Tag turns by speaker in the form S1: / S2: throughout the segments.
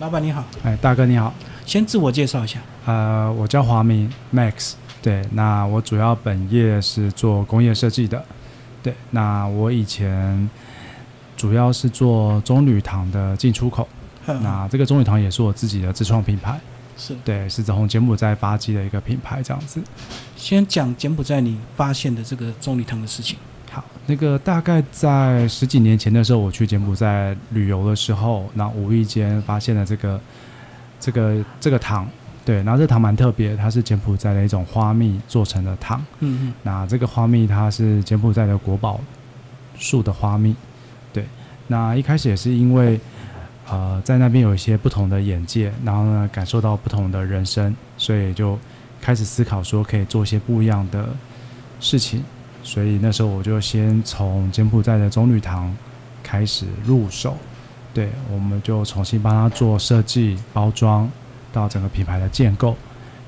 S1: 老板你好，
S2: 哎，大哥你好，
S1: 先自我介绍一下。
S2: 呃，我叫华明 Max，对，那我主要本业是做工业设计的，对，那我以前主要是做棕榈糖的进出口，
S1: 哼
S2: 那这个棕榈糖也是我自己的自创品牌，
S1: 嗯是
S2: 对，是从柬埔寨发迹的一个品牌这样子。
S1: 先讲柬埔寨你发现的这个棕榈糖的事情。
S2: 好，那个大概在十几年前的时候，我去柬埔寨旅游的时候，那无意间发现了这个这个这个糖，对，然后这糖蛮特别，它是柬埔寨的一种花蜜做成的糖。
S1: 嗯嗯，
S2: 那这个花蜜它是柬埔寨的国宝树的花蜜，对。那一开始也是因为，呃，在那边有一些不同的眼界，然后呢，感受到不同的人生，所以就开始思考说可以做一些不一样的事情。所以那时候我就先从柬埔寨的棕榈糖开始入手，对，我们就重新帮它做设计、包装，到整个品牌的建构，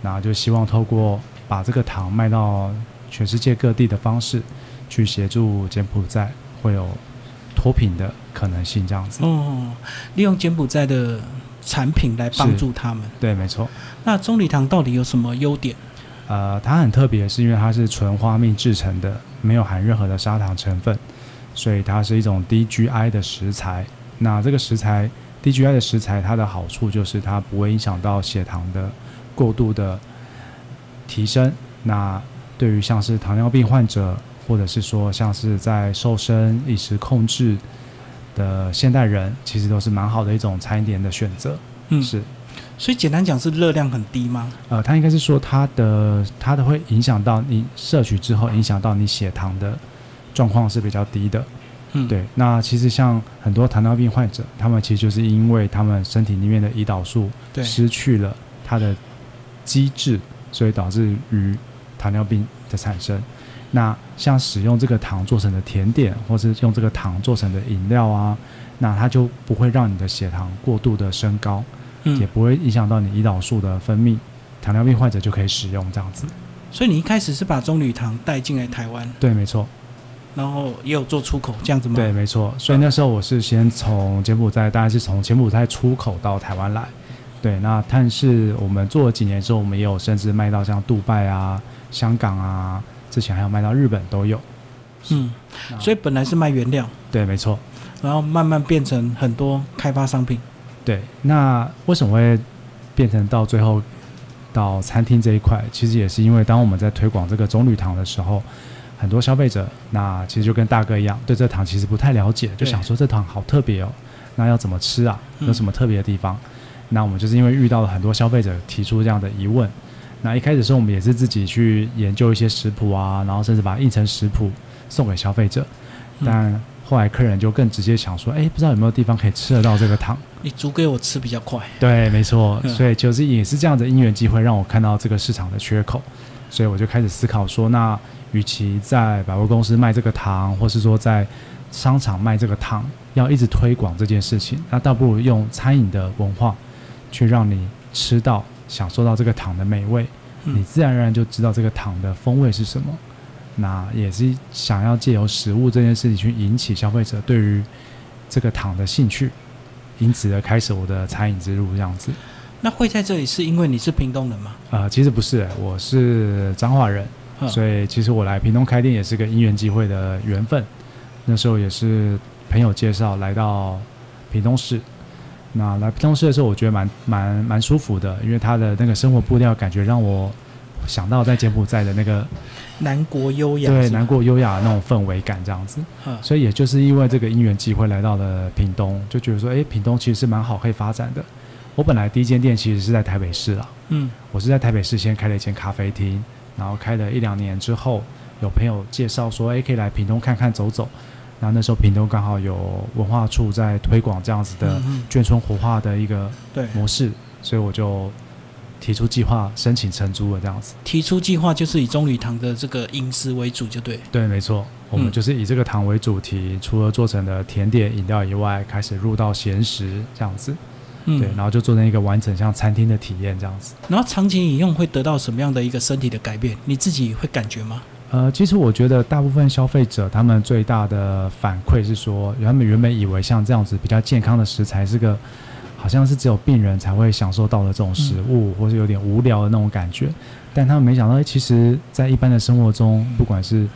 S2: 那就希望透过把这个糖卖到全世界各地的方式，去协助柬埔寨会有脱贫的可能性，这样子。
S1: 哦，利用柬埔寨的产品来帮助他们。
S2: 对，没错。
S1: 那棕榈糖到底有什么优点？
S2: 呃，它很特别，是因为它是纯花蜜制成的，没有含任何的砂糖成分，所以它是一种低 GI 的食材。那这个食材低 GI 的食材，它的好处就是它不会影响到血糖的过度的提升。那对于像是糖尿病患者，或者是说像是在瘦身、饮食控制的现代人，其实都是蛮好的一种餐点的选择。
S1: 嗯，
S2: 是。
S1: 所以简单讲是热量很低吗？
S2: 呃，它应该是说它的它的会影响到你摄取之后，影响到你血糖的状况是比较低的。
S1: 嗯，，
S2: 对，那其实像很多糖尿病患者，他们其实就是因为他们身体里面的胰岛素
S1: 对，
S2: 失去了它的机制，所以导致于糖尿病的产生。那像使用这个糖做成的甜点，或是用这个糖做成的饮料啊，那它就不会让你的血糖过度的升高。也
S1: 嗯，
S2: 不会影响到你胰岛素的分泌，糖尿病患者就可以使用这样子。
S1: 所以你一开始是把棕榈糖带进来台湾，
S2: 对，没错，
S1: 然后也有做出口这样子吗？
S2: 对，，没错。所以那时候我是先从柬埔寨，大概是从柬埔寨出口到台湾来。对，那但是我们做了几年之后，我们也有甚至卖到像杜拜啊、香港啊，之前还有卖到日本都有。
S1: 嗯，所以本来是卖原料，
S2: 对，没错。
S1: 然后慢慢变成很多开发商品。
S2: 对，那为什么会变成到最后到餐厅这一块？其实也是因为当我们在推广这个棕榈糖的时候，很多消费者那其实就跟大哥一样，对这糖其实不太了解，就
S1: 对
S2: 想说这糖好特别哦，那要怎么吃啊？
S1: 嗯
S2: 有什么特别的地方？那我们就是因为遇到了很多消费者提出这样的疑问，那一开始的时候我们也是自己去研究一些食谱啊，然后甚至把它印成食谱送给消费者，
S1: 嗯
S2: 但后来客人就更直接想说，哎，不知道有没有地方可以吃得到这个糖。
S1: 你煮给我吃比较快。
S2: 对，没错，
S1: 嗯
S2: 所以就是也是这样的因缘机会，让我看到这个市场的缺口，所以我就开始思考说，那与其在百货公司卖这个糖，或是说在商场卖这个糖，要一直推广这件事情，那倒不如用餐饮的文化去让你吃到、享受到这个糖的美味，
S1: 嗯
S2: 你自然而然就知道这个糖的风味是什么。那也是想要借由食物这件事情去引起消费者对于这个糖的兴趣，因此而开始我的餐饮之路这样子。
S1: 那会在这里是因为你是屏东人吗？
S2: 呃，其实不是、我是彰化人，
S1: 嗯
S2: 所以其实我来屏东开店也是个因缘际会的缘分。那时候也是朋友介绍来到屏东市，那来屏东市的时候，我觉得蛮蛮蛮舒服的，因为他的那个生活步调感觉让我想到在柬埔寨的那个
S1: 南国优雅
S2: 对
S1: 是吗
S2: 南国优雅的那种氛围感这样子。
S1: 嗯
S2: 所以也就是因为这个因缘机会来到了屏东，就觉得说，诶，屏东其实是蛮好可以发展的。我本来第一间店其实是在台北市啦，
S1: 嗯
S2: 我是在台北市先开了一间咖啡厅，然后开了一两年之后，有朋友介绍说，诶，可以来屏东看看走走。然后那时候屏东刚好有文化处在推广这样子的
S1: 嗯嗯
S2: 眷村活化的一个
S1: 对，
S2: 模式，所以我就提出计划申请承租了这样子。
S1: 提出计划就是以棕榈糖的这个饮食为主，就对。
S2: 对，没错，我
S1: 嗯
S2: 们就是以这个糖为主题，除了做成的甜点、饮料以外，开始入到咸食这样子，
S1: 嗯
S2: 对，然后就做成一个完整像餐厅的体验这样子。
S1: 然后长期饮用会得到什么样的一个身体的改变？你自己会感觉吗？
S2: 呃，其实我觉得大部分消费者他们最大的反馈是说，他们原本以为像这样子比较健康的食材是个好像是只有病人才会享受到的这种食物，或是有点无聊的那种感觉。但他们没想到，诶其实，在一般的生活中，不管是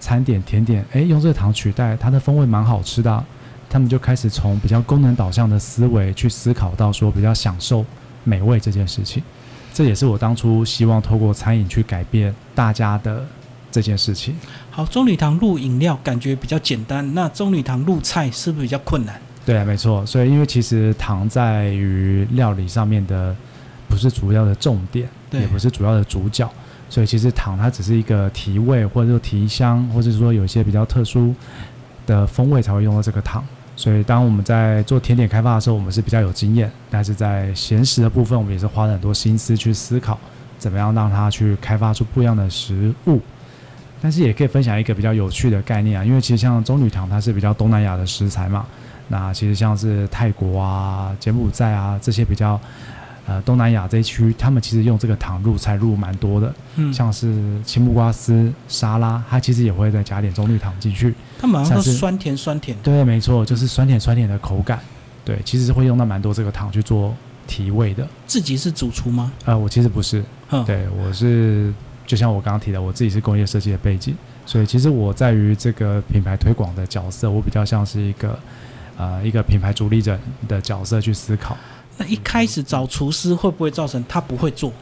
S2: 餐点、甜点，诶，用这个糖取代，它的风味蛮好吃的啊、他们就开始从比较功能导向的思维去思考到说比较享受美味这件事情。这也是我当初希望透过餐饮去改变大家的这件事情。
S1: 好，棕榈糖入饮料感觉比较简单，那棕榈糖入菜是不是比较困难？
S2: 对，啊没错。所以因为其实糖在于料理上面的不是主要的重点，
S1: 对
S2: 也不是主要的主角，所以其实糖它只是一个提味或者说提香，或者说有一些比较特殊的风味才会用到这个糖。所以当我们在做甜点开发的时候，我们是比较有经验，但是在咸食的部分，我们也是花了很多心思去思考怎么样让它去开发出不一样的食物。但是也可以分享一个比较有趣的概念啊，因为其实像棕榈糖它是比较东南亚的食材嘛，那其实像是泰国啊、柬埔寨啊这些比较呃东南亚这一区，他们其实用这个糖入菜入蛮多的，
S1: 嗯，
S2: 像是青木瓜丝沙拉，它其实也会再加点棕榈糖进去。
S1: 他们好像都
S2: 像是
S1: 酸甜酸甜的。
S2: 对，没错，就是酸甜酸甜的口感。对，其实是会用到蛮多这个糖去做提味的。
S1: 自己是主厨吗？
S2: 呃，我其实不是，
S1: 嗯，
S2: 对我是就像我刚刚提的，我自己是工业设计的背景，所以其实我在于这个品牌推广的角色，我比较像是一个呃一个品牌主力者的角色去思考。
S1: 那一开始找厨师会不会造成他不会做？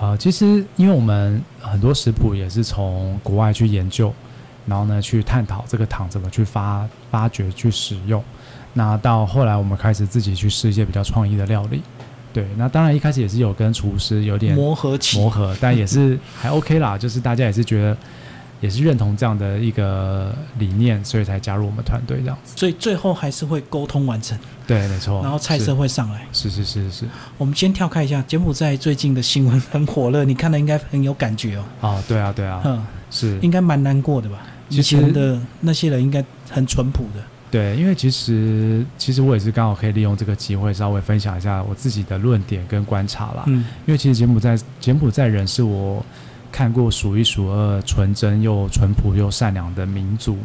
S2: 呃，其实因为我们很多食谱也是从国外去研究，然后呢去探讨这个糖怎么去发发掘、去使用。那到后来我们开始自己去试一些比较创意的料理，对。那当然一开始也是有跟厨师有点
S1: 磨合期
S2: 磨合，但也是还 OK 啦，就是大家也是觉得也是认同这样的一个理念，所以才加入我们团队这样子。
S1: 所以最后还是会沟通完成，
S2: 对，没错。
S1: 然后菜
S2: 哦是
S1: 色会上来。
S2: 是是是是
S1: 我们先跳开一下，柬埔寨最近的新闻很火热，你看了应该很有感觉哦。
S2: 啊，对啊对啊，
S1: 嗯，
S2: 是
S1: 应该蛮难过的吧？以
S2: 其实
S1: 前的那些人应该很淳朴的。
S2: 对，因为其实其实我也是刚好可以利用这个机会稍微分享一下我自己的论点跟观察啦。
S1: 嗯，
S2: 因为其实柬埔寨柬埔寨人是我看过数一数二纯真又淳朴又善良的民族。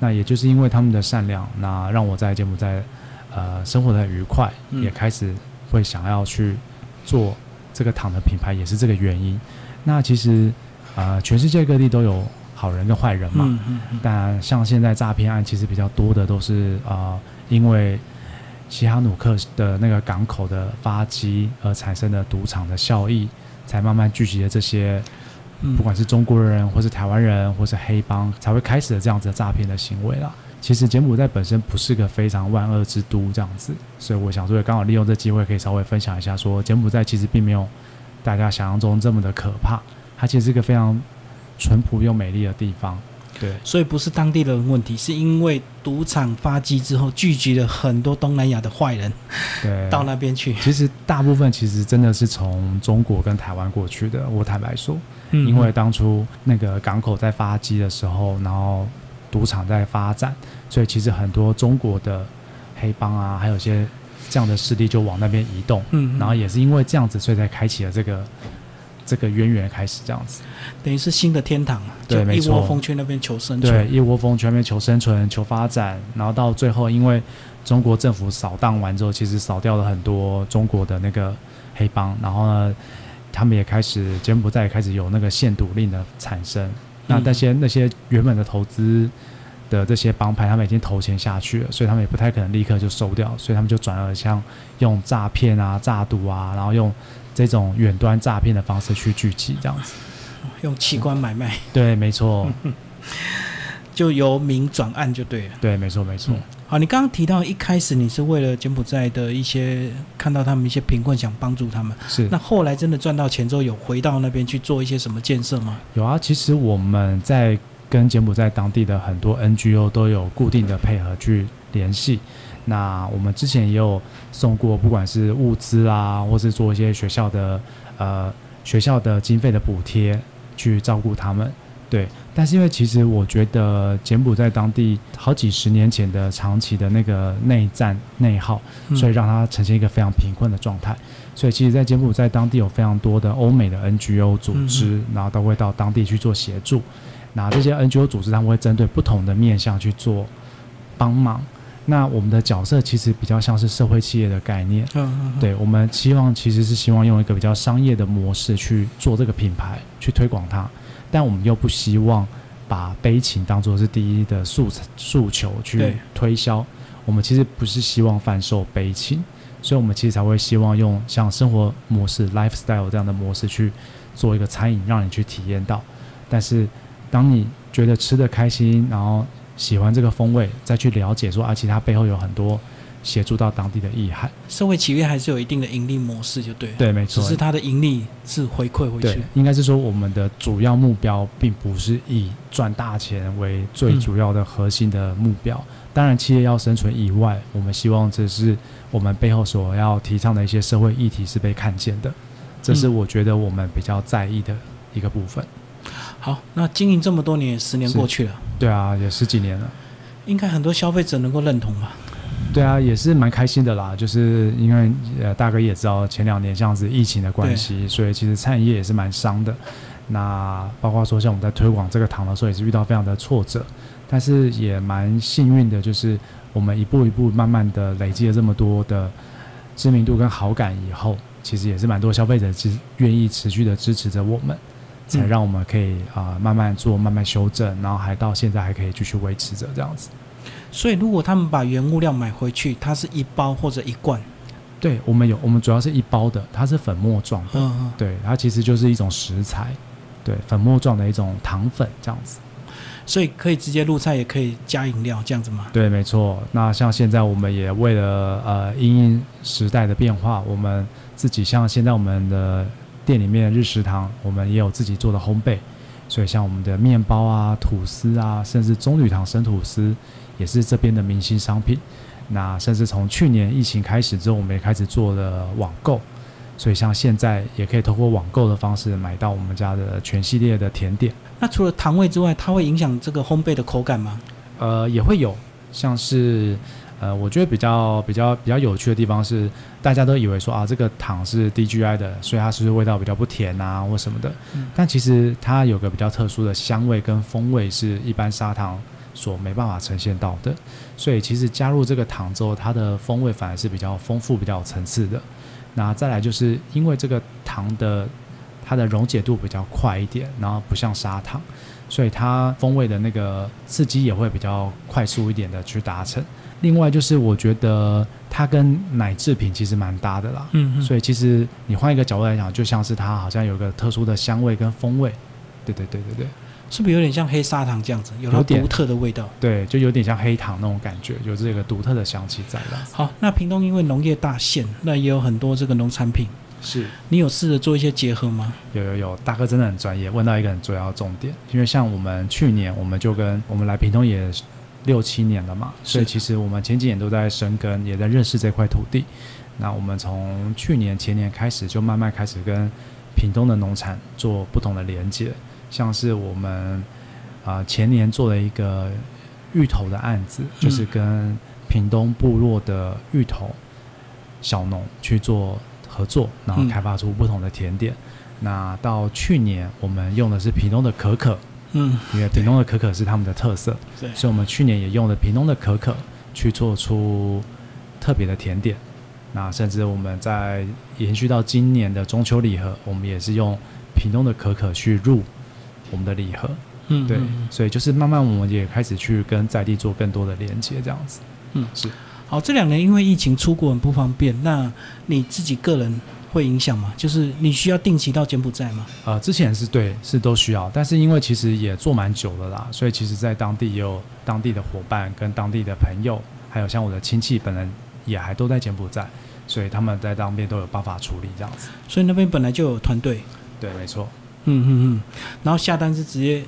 S2: 那也就是因为他们的善良，那让我在柬埔寨呃生活的很愉快，
S1: 嗯
S2: 也开始会想要去做这个糖的品牌，也是这个原因。那其实呃全世界各地都有好人跟坏人嘛，
S1: 嗯嗯嗯，
S2: 但像现在诈骗案其实比较多的都是呃，因为西哈努克的那个港口的发机而产生的赌场的效益，才慢慢聚集了这些
S1: 嗯
S2: 不管是中国人或是台湾人或是黑帮才会开始的这样子的诈骗的行为啦。其实柬埔寨本身不是个非常万恶之都这样子，所以我想说也刚好利用这机会可以稍微分享一下说，柬埔寨其实并没有大家想象中这么的可怕，它其实是一个非常淳朴又美丽的地方。对，
S1: 所以不是当地人的问题，是因为赌场发迹之后，聚集了很多东南亚的坏人
S2: 对，
S1: 到那边去。
S2: 其实大部分其实真的是从中国跟台湾过去的。我坦白说，
S1: 嗯
S2: 因为当初那个港口在发机的时候，然后赌场在发展，所以其实很多中国的黑帮啊，还有一些这样的势力就往那边移动。
S1: 嗯，嗯
S2: 然后也是因为这样子，所以才开启了这个这个渊源，开始这样子。
S1: 等于是新的天堂啊，
S2: 对
S1: 就
S2: 没
S1: 一
S2: 错
S1: 窝蜂去那边求生
S2: 对，
S1: 存。
S2: 一窝蜂全面求生存、求发展，然后到最后，因为中国政府扫荡完之后，其实扫掉了很多中国的那个黑帮，然后呢，他们也开始柬埔寨也开始有那个限赌令的产生。那
S1: 嗯
S2: 那些那些原本的投资的这些帮派，他们已经投钱下去了，所以他们也不太可能立刻就收掉，所以他们就转而像用诈骗啊、诈赌啊，然后用这种远端诈骗的方式去聚集这样子。
S1: 用器官买卖，
S2: 对，没错，
S1: 就由明转暗就对了。
S2: 对，没错，没错。
S1: 嗯好，你刚刚提到一开始你是为了柬埔寨的一些看到他们一些贫困，想帮助他们。
S2: 是
S1: 那后来真的赚到钱之后，有回到那边去做一些什么建设吗？
S2: 有啊，其实我们在跟柬埔寨当地的很多 NGO 都有固定的配合去联系。那我们之前也有送过，不管是物资啊，或是做一些学校的呃学校的经费的补贴，去照顾他们。对，但是因为其实我觉得柬埔寨当地好几十年前的长期的那个内战内耗，
S1: 嗯
S2: 所以让它呈现一个非常贫困的状态。所以其实，在柬埔寨当地有非常多的欧美的 NGO 组织，然后都会到当地去做协助。那这些 NGO 组织，他们会针对不同的面向去做帮忙。那我们的角色其实比较像是社会企业的概念，
S1: 嗯，嗯，
S2: 对我们期望其实是希望用一个比较商业的模式去做这个品牌，去推广它，但我们又不希望把悲情当做是第一的诉诉求
S1: 对
S2: 去推销。我们其实不是希望贩售悲情，所以我们其实才会希望用像生活模式 （lifestyle） 这样的模式去做一个餐饮，让你去体验到。但是当你觉得吃的开心，然后喜欢这个风味，再去了解说，啊，其实它背后有很多协助到当地的意涵。
S1: 社会企业还是有一定的盈利模式，就对了，
S2: 对，没错
S1: 只。是它的盈利是回馈回
S2: 对
S1: 去，，
S2: 应该是说我们的主要目标并不是以赚大钱为最主要的核心的目标。当然，企业要生存以外，我们希望这是我们背后所要提倡的一些社会议题是被看见的，这是
S1: 嗯
S2: 我觉得我们比较在意的一个部分。
S1: 好，那经营这么多年，十年
S2: 是
S1: 过去了，
S2: 对啊，也十几年了。
S1: 应该很多消费者能够认同吧？
S2: 对啊，也是蛮开心的啦，就是因为呃，大哥也知道前两年这样子疫情的关系，所以其实餐饮业也是蛮伤的。那包括说像我们在推广这个糖的时候，也是遇到非常的挫折，但是也蛮幸运的，就是我们一步一步慢慢的累积了这么多的知名度跟好感以后，其实也是蛮多消费者支愿意持续的支持着我们，才让我们可以啊、呃慢慢做，慢慢修正，然后还到现在还可以继续维持着这样子。
S1: 所以如果他们把原物料买回去，它是一包或者一罐，
S2: 对，我们有，我们主要是一包的，它是粉末状的，
S1: 嗯嗯，
S2: 对，它其实就是一种食材，对，粉末状的一种糖粉这样子。
S1: 所以可以直接入菜，也可以加饮料这样子吗？
S2: 对，没错。那像现在我们也为了呃因应时代的变化，我们自己像现在我们的店里面日食堂，我们也有自己做的烘焙，所以像我们的面包啊、吐司啊，甚至棕榈糖生吐司，也是这边的明星商品。那甚至从去年疫情开始之后，我们也开始做了网购，所以像现在也可以通过网购的方式买到我们家的全系列的甜点。
S1: 那除了糖味之外，它会影响这个烘焙的口感吗？
S2: 呃，也会有，像是呃，我觉得比较比较比较有趣的地方是，大家都以为说啊，这个糖是 DGI 的，所以它是不是味道比较不甜啊或什么的，
S1: 嗯
S2: 但其实它有个比较特殊的香味跟风味是一般砂糖所没办法呈现到的，所以其实加入这个糖之后，它的风味反而是比较丰富、比较有层次的。那再来就是因为这个糖的它的溶解度比较快一点，然后不像砂糖，所以它风味的那个刺激也会比较快速一点的去达成。另外就是我觉得它跟奶制品其实蛮搭的啦，
S1: 嗯
S2: 所
S1: 以
S2: 以其实你换一个角度来讲，就像是它好像有一个特殊的香味跟风味，对对对对对
S1: 是不是有点像黑砂糖这样子，有它
S2: 有点
S1: 独特的味道？
S2: 对，就有点像黑糖那种感觉，有这个独特的香气在啦。
S1: 好，那屏东因为农业大县，那也有很多这个农产品，
S2: 是，
S1: 你有试着做一些结合吗？
S2: 有有有，大哥真的很专业，问到一个很重要的重点，因为像我们去年我们就跟我们来屏东也六七年了嘛，所以
S1: 是
S2: 其实我们前几年都在深耕，也在认识这块土地。那我们从去年前年开始，就慢慢开始跟屏东的农产做不同的连接，像是我们啊、前年做了一个芋头的案子，就是跟屏东部落的芋头小农去做合作，然后
S1: 嗯
S2: 开发出不同的甜点。那到去年，我们用的是屏东的可可，
S1: 嗯，
S2: 因为屏东的可可是他们的特色，
S1: 对
S2: 所以我们去年也用了屏东的可可去做出特别的甜点。那甚至我们在延续到今年的中秋礼盒，我们也是用屏东的可可去入我们的礼盒。
S1: 嗯，
S2: 对
S1: 嗯，嗯
S2: 所以就是慢慢我们也开始去跟在地做更多的连接，这样子。
S1: 好，这两年因为疫情出国很不方便，那你自己个人会影响吗？就是你需要定期到柬埔寨吗？
S2: 呃，之前是对是都需要，但是因为其实也做蛮久了啦，所以其实在当地也有当地的伙伴、跟当地的朋友，还有像我的亲戚本人也还都在柬埔寨，所以他们在当地都有办法处理这样子。
S1: 所以那边本来就有团队，
S2: 对，没错，
S1: 嗯嗯嗯，然后下单是直接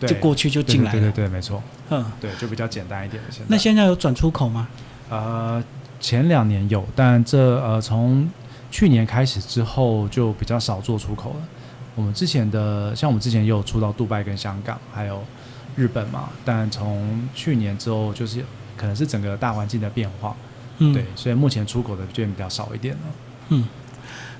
S2: 对，
S1: 就过去就进来
S2: 对对
S1: 了，
S2: 对对，没错，
S1: 嗯，
S2: 对，就比较简单一点了。现在
S1: 那现在有转出口吗？
S2: 呃，前两年有，但这呃从去年开始之后就比较少做出口了。我们之前的像我们之前也有出到杜拜跟香港，还有日本嘛，但从去年之后就是可能是整个大环境的变化，
S1: 嗯，
S2: 对，，所以目前出口的就比较少一点了。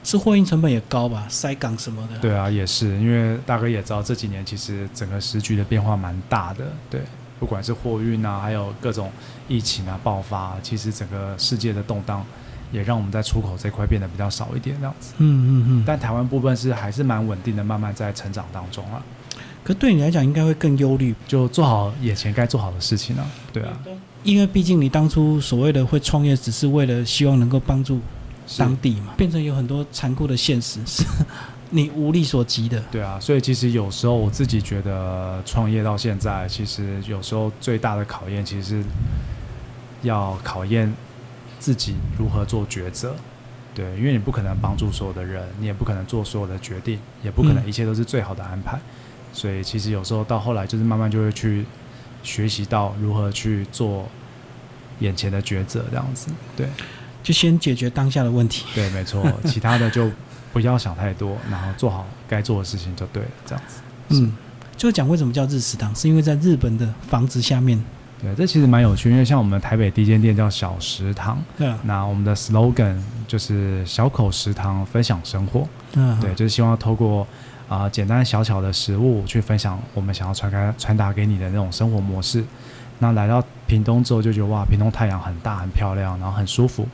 S1: 是货运成本也高吧，塞港什么的，
S2: 对啊，也是因为大哥也知道这几年其实整个时局的变化蛮大的，对，不管是货运啊，还有各种疫情啊爆发啊，其实整个世界的动荡也让我们在出口这块变得比较少一点这样子。
S1: 嗯嗯嗯。
S2: 但台湾部分是还是蛮稳定的，慢慢在成长当中啊，
S1: 可对你来讲应该会更忧虑，
S2: 就做好眼前该做好的事情啊。对啊，
S1: 因为毕竟你当初所谓的会创业，只是为了希望能够帮助
S2: 是
S1: 当地嘛，变成有很多残酷的现实 是你无力所及的。
S2: 对啊，所以其实有时候我自己觉得创业到现在，其实有时候最大的考验，其实是要考验自己如何做抉择。对，因为你不可能帮助所有的人，你也不可能做所有的决定，也不可能
S1: 嗯
S2: 一切都是最好的安排。所以其实有时候到后来，就是慢慢就会去学习到如何去做眼前的抉择，这样子。对，
S1: 就先解决当下的问题。
S2: 对，没错，其他的就不要想太多，然后做好该做的事情就对了，这样子。
S1: 嗯，就讲为什么叫日食堂，是因为在日本的房子下面，
S2: 对，这其实蛮有趣，因为像我们台北第一间店叫小食堂，
S1: 对吧？
S2: 那我们的 slogan 就是“小口食堂，分享生活”。
S1: 嗯，
S2: 对，就是希望透过啊、简单小巧的食物去分享我们想要传开传达给你的那种生活模式。那来到屏东之后就觉得哇，屏东太阳很大很漂亮，然后很舒服，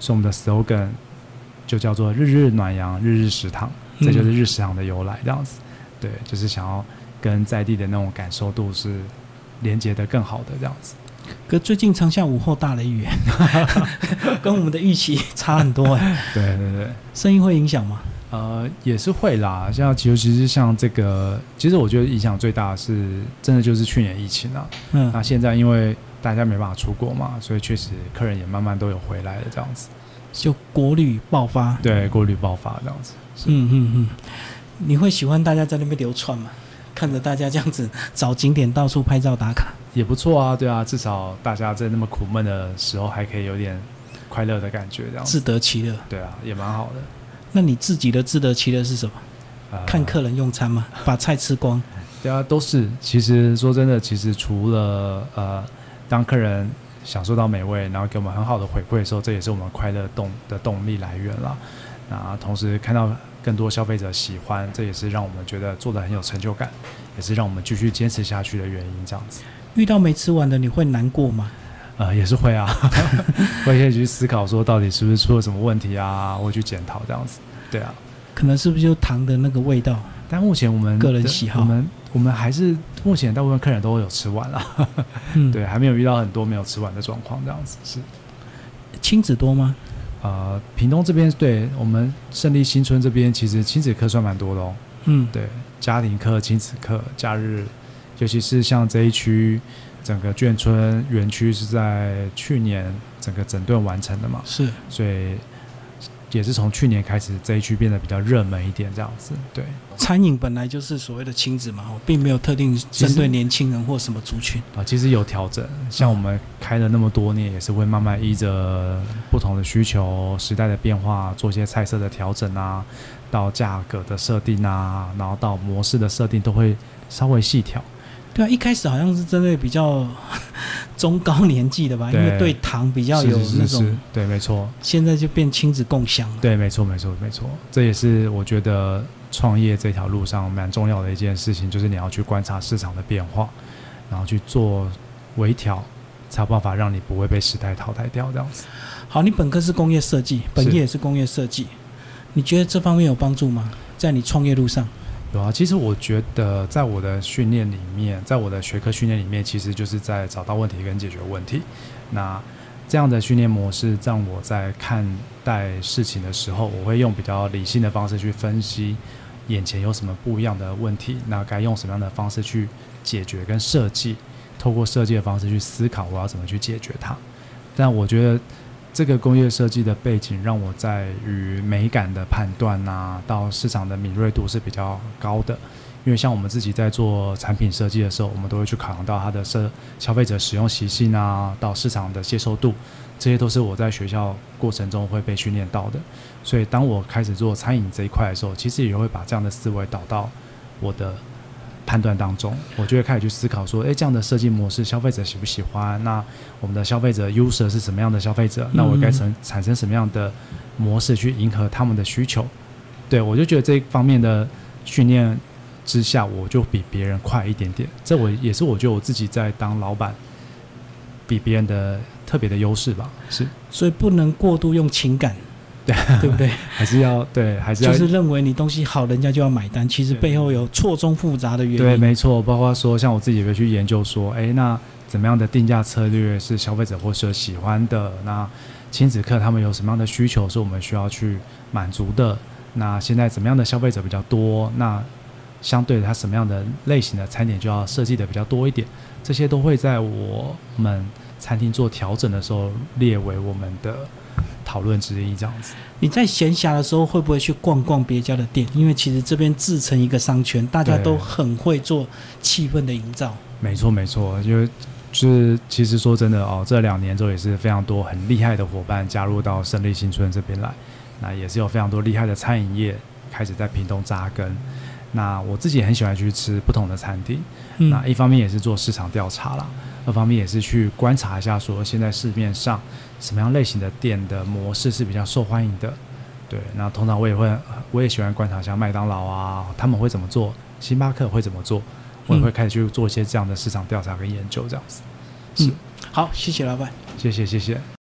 S2: 所以我们的 slogan 就叫做“日日暖阳，日日食堂”，这就是日食堂的由来。这样子，对，就是想要跟在地的那种感受度是连接的更好的这样子。
S1: 可最近长下午后大雷雨， 跟我们的预期差很多哎，
S2: 对对对，
S1: 声音会影响吗？
S2: 呃，也是会啦。像其实其实像这个，其实我觉得影响最大的是真的就是去年疫情啊。
S1: 嗯
S2: 那现在因为大家没办法出国嘛，所以确实客人也慢慢都有回来了这样子。
S1: 就国旅爆发。
S2: 对，过滤爆发这样子。
S1: 嗯嗯嗯，你会喜欢大家在那边流窜吗？看着大家这样子找景点到处拍照打卡，
S2: 也不错啊，对啊，至少大家在那么苦闷的时候还可以有点快乐的感觉这样
S1: 自
S2: 子。
S1: 得其乐。
S2: 对啊，也蛮好的。
S1: 那你自己的自得其乐是什么？
S2: 呃
S1: 看客人用餐嘛，把菜吃光。
S2: 对啊，都是。其实说真的，其实除了呃，当客人享受到美味，然后给我们很好的回馈的时候，这也是我们快乐动的动力来源啦。那同时看到更多消费者喜欢，这也是让我们觉得做的很有成就感，也是让我们继续坚持下去的原因。这样子，
S1: 遇到没吃完的，你会难过吗？
S2: 呃，也是会 啊，我也可以去思考说，到底是不是出了什么问题啊，我去检讨这样子。对啊，
S1: 可能是不是就糖的那个味道？
S2: 但目前我们
S1: 个人
S2: 的
S1: 喜好
S2: 我们我们还是目前大部分客人都有吃完啦。
S1: 嗯，
S2: 对，。还没有遇到很多没有吃完的状况，这样子是。
S1: 亲子多吗？
S2: 呃，屏东这边对我们胜利新村这边，其实亲子课算蛮多的哦。
S1: 嗯，
S2: 对，家庭课、亲子课、假日，尤其是像这一区，整个眷村园区是在去年整个整顿完成的嘛，
S1: 是。
S2: 所以也是从去年开始，这一区变得比较热门一点，这样子。对，
S1: 餐饮本来就是所谓的亲子嘛，我哦并没有特定
S2: 其实
S1: 针对年轻人或什么族群。
S2: 啊，其实有调整，像我们开了那么多年，也是会慢慢依着不同的需求、时代的变化，做一些菜色的调整啊，到价格的设定啊，然后到模式的设定都会稍微细调。
S1: 对啊，一开始好像是针对比较 中高年纪的吧，因
S2: 对
S1: 为对糖比较
S2: 是
S1: 有
S2: 是是
S1: 那
S2: 是
S1: 种，
S2: 对，没错，
S1: 现在就变亲子共享了。
S2: 对，没错，没错，没错，这也是我觉得创业这条路上蛮重要的一件事情，就是你要去观察市场的变化，然后去做微调，才有办法让你不会被时代淘汰掉这样子。
S1: 好，你本科是工业设计，本业也是工业设计，你觉得这方面有帮助吗？在你创业路上，
S2: 有啊，其实我觉得在我的训练里面，在我的学科训练里面，其实就是在找到问题跟解决问题。那这样的训练模式，让我在看待事情的时候，我会用比较理性的方式去分析眼前有什么不一样的问题，那该用什么样的方式去解决跟设计，透过设计的方式去思考我要怎么去解决它。但我觉得这个工业设计的背景，让我在于美感的判断啊，到市场的敏锐度是比较高的。因为像我们自己在做产品设计的时候，我们都会去考量到它的设消费者使用习性啊，到市场的接受度，这些都是我在学校过程中会被训练到的。所以当我开始做餐饮这一块的时候，其实也会把这样的思维导到我的判断当中，我就会开始去思考说，诶，这样的设计模式消费者喜不喜欢？那我们的消费者 user 是什么样的消费者？那我该产产生什么样的模式去迎合他们的需求？对我就觉得这一方面的训练之下，我就比别人快一点点。这我也是我觉得我自己在当老板比别人的特别的优势吧，是
S1: 所以不能过度用情 感，
S2: 对
S1: 对不对？
S2: 还是要对，还是
S1: 就
S2: 要
S1: 是认为你东西好，人家就要买单，其实
S2: 对
S1: 背后有错综复杂的原因。
S2: 对，没错。包括说，像我自己也会去研究说，哎，那怎么样的定价策略是消费者或者喜欢的？那亲子课他们有什么样的需求是我们需要去满足的？那现在怎么样的消费者比较多？那相对它什么样的类型的餐点就要设计的比较多一点？这些都会在我们餐厅做调整的时候列为我们的讨论之一，这样子。
S1: 你在闲暇的时候会不会去逛逛别家的店？因为其实这边自成一个商圈，大家
S2: 对
S1: 都很会做气氛的营造。
S2: 没错，没错，因为就是其实说真的哦，这两年之后也是非常多很厉害的伙伴加入到胜利新村这边来，那也是有非常多厉害的餐饮业开始在屏东扎根。那我自己也很喜欢去吃不同的餐厅，
S1: 嗯
S2: 那一方面也是做市场调查啦，二方面也是去观察一下说现在市面上什么样类型的店的模式是比较受欢迎的。对，那通常我也会，我也喜欢观察像麦当劳啊，他们会怎么做，星巴克会怎么做，我也会开始去做一些这样的市场调查跟研究，这样子。是
S1: 嗯，好，谢谢老板。
S2: 谢谢，谢谢。